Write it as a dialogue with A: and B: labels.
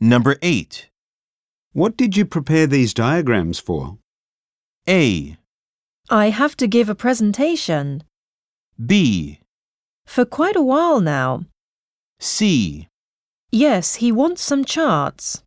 A: Number 8.
B: What did you prepare these diagrams for?
A: A,
C: I have to give a presentation
A: B,
C: for quite a while now.
A: C.
C: Yes, he wants some charts.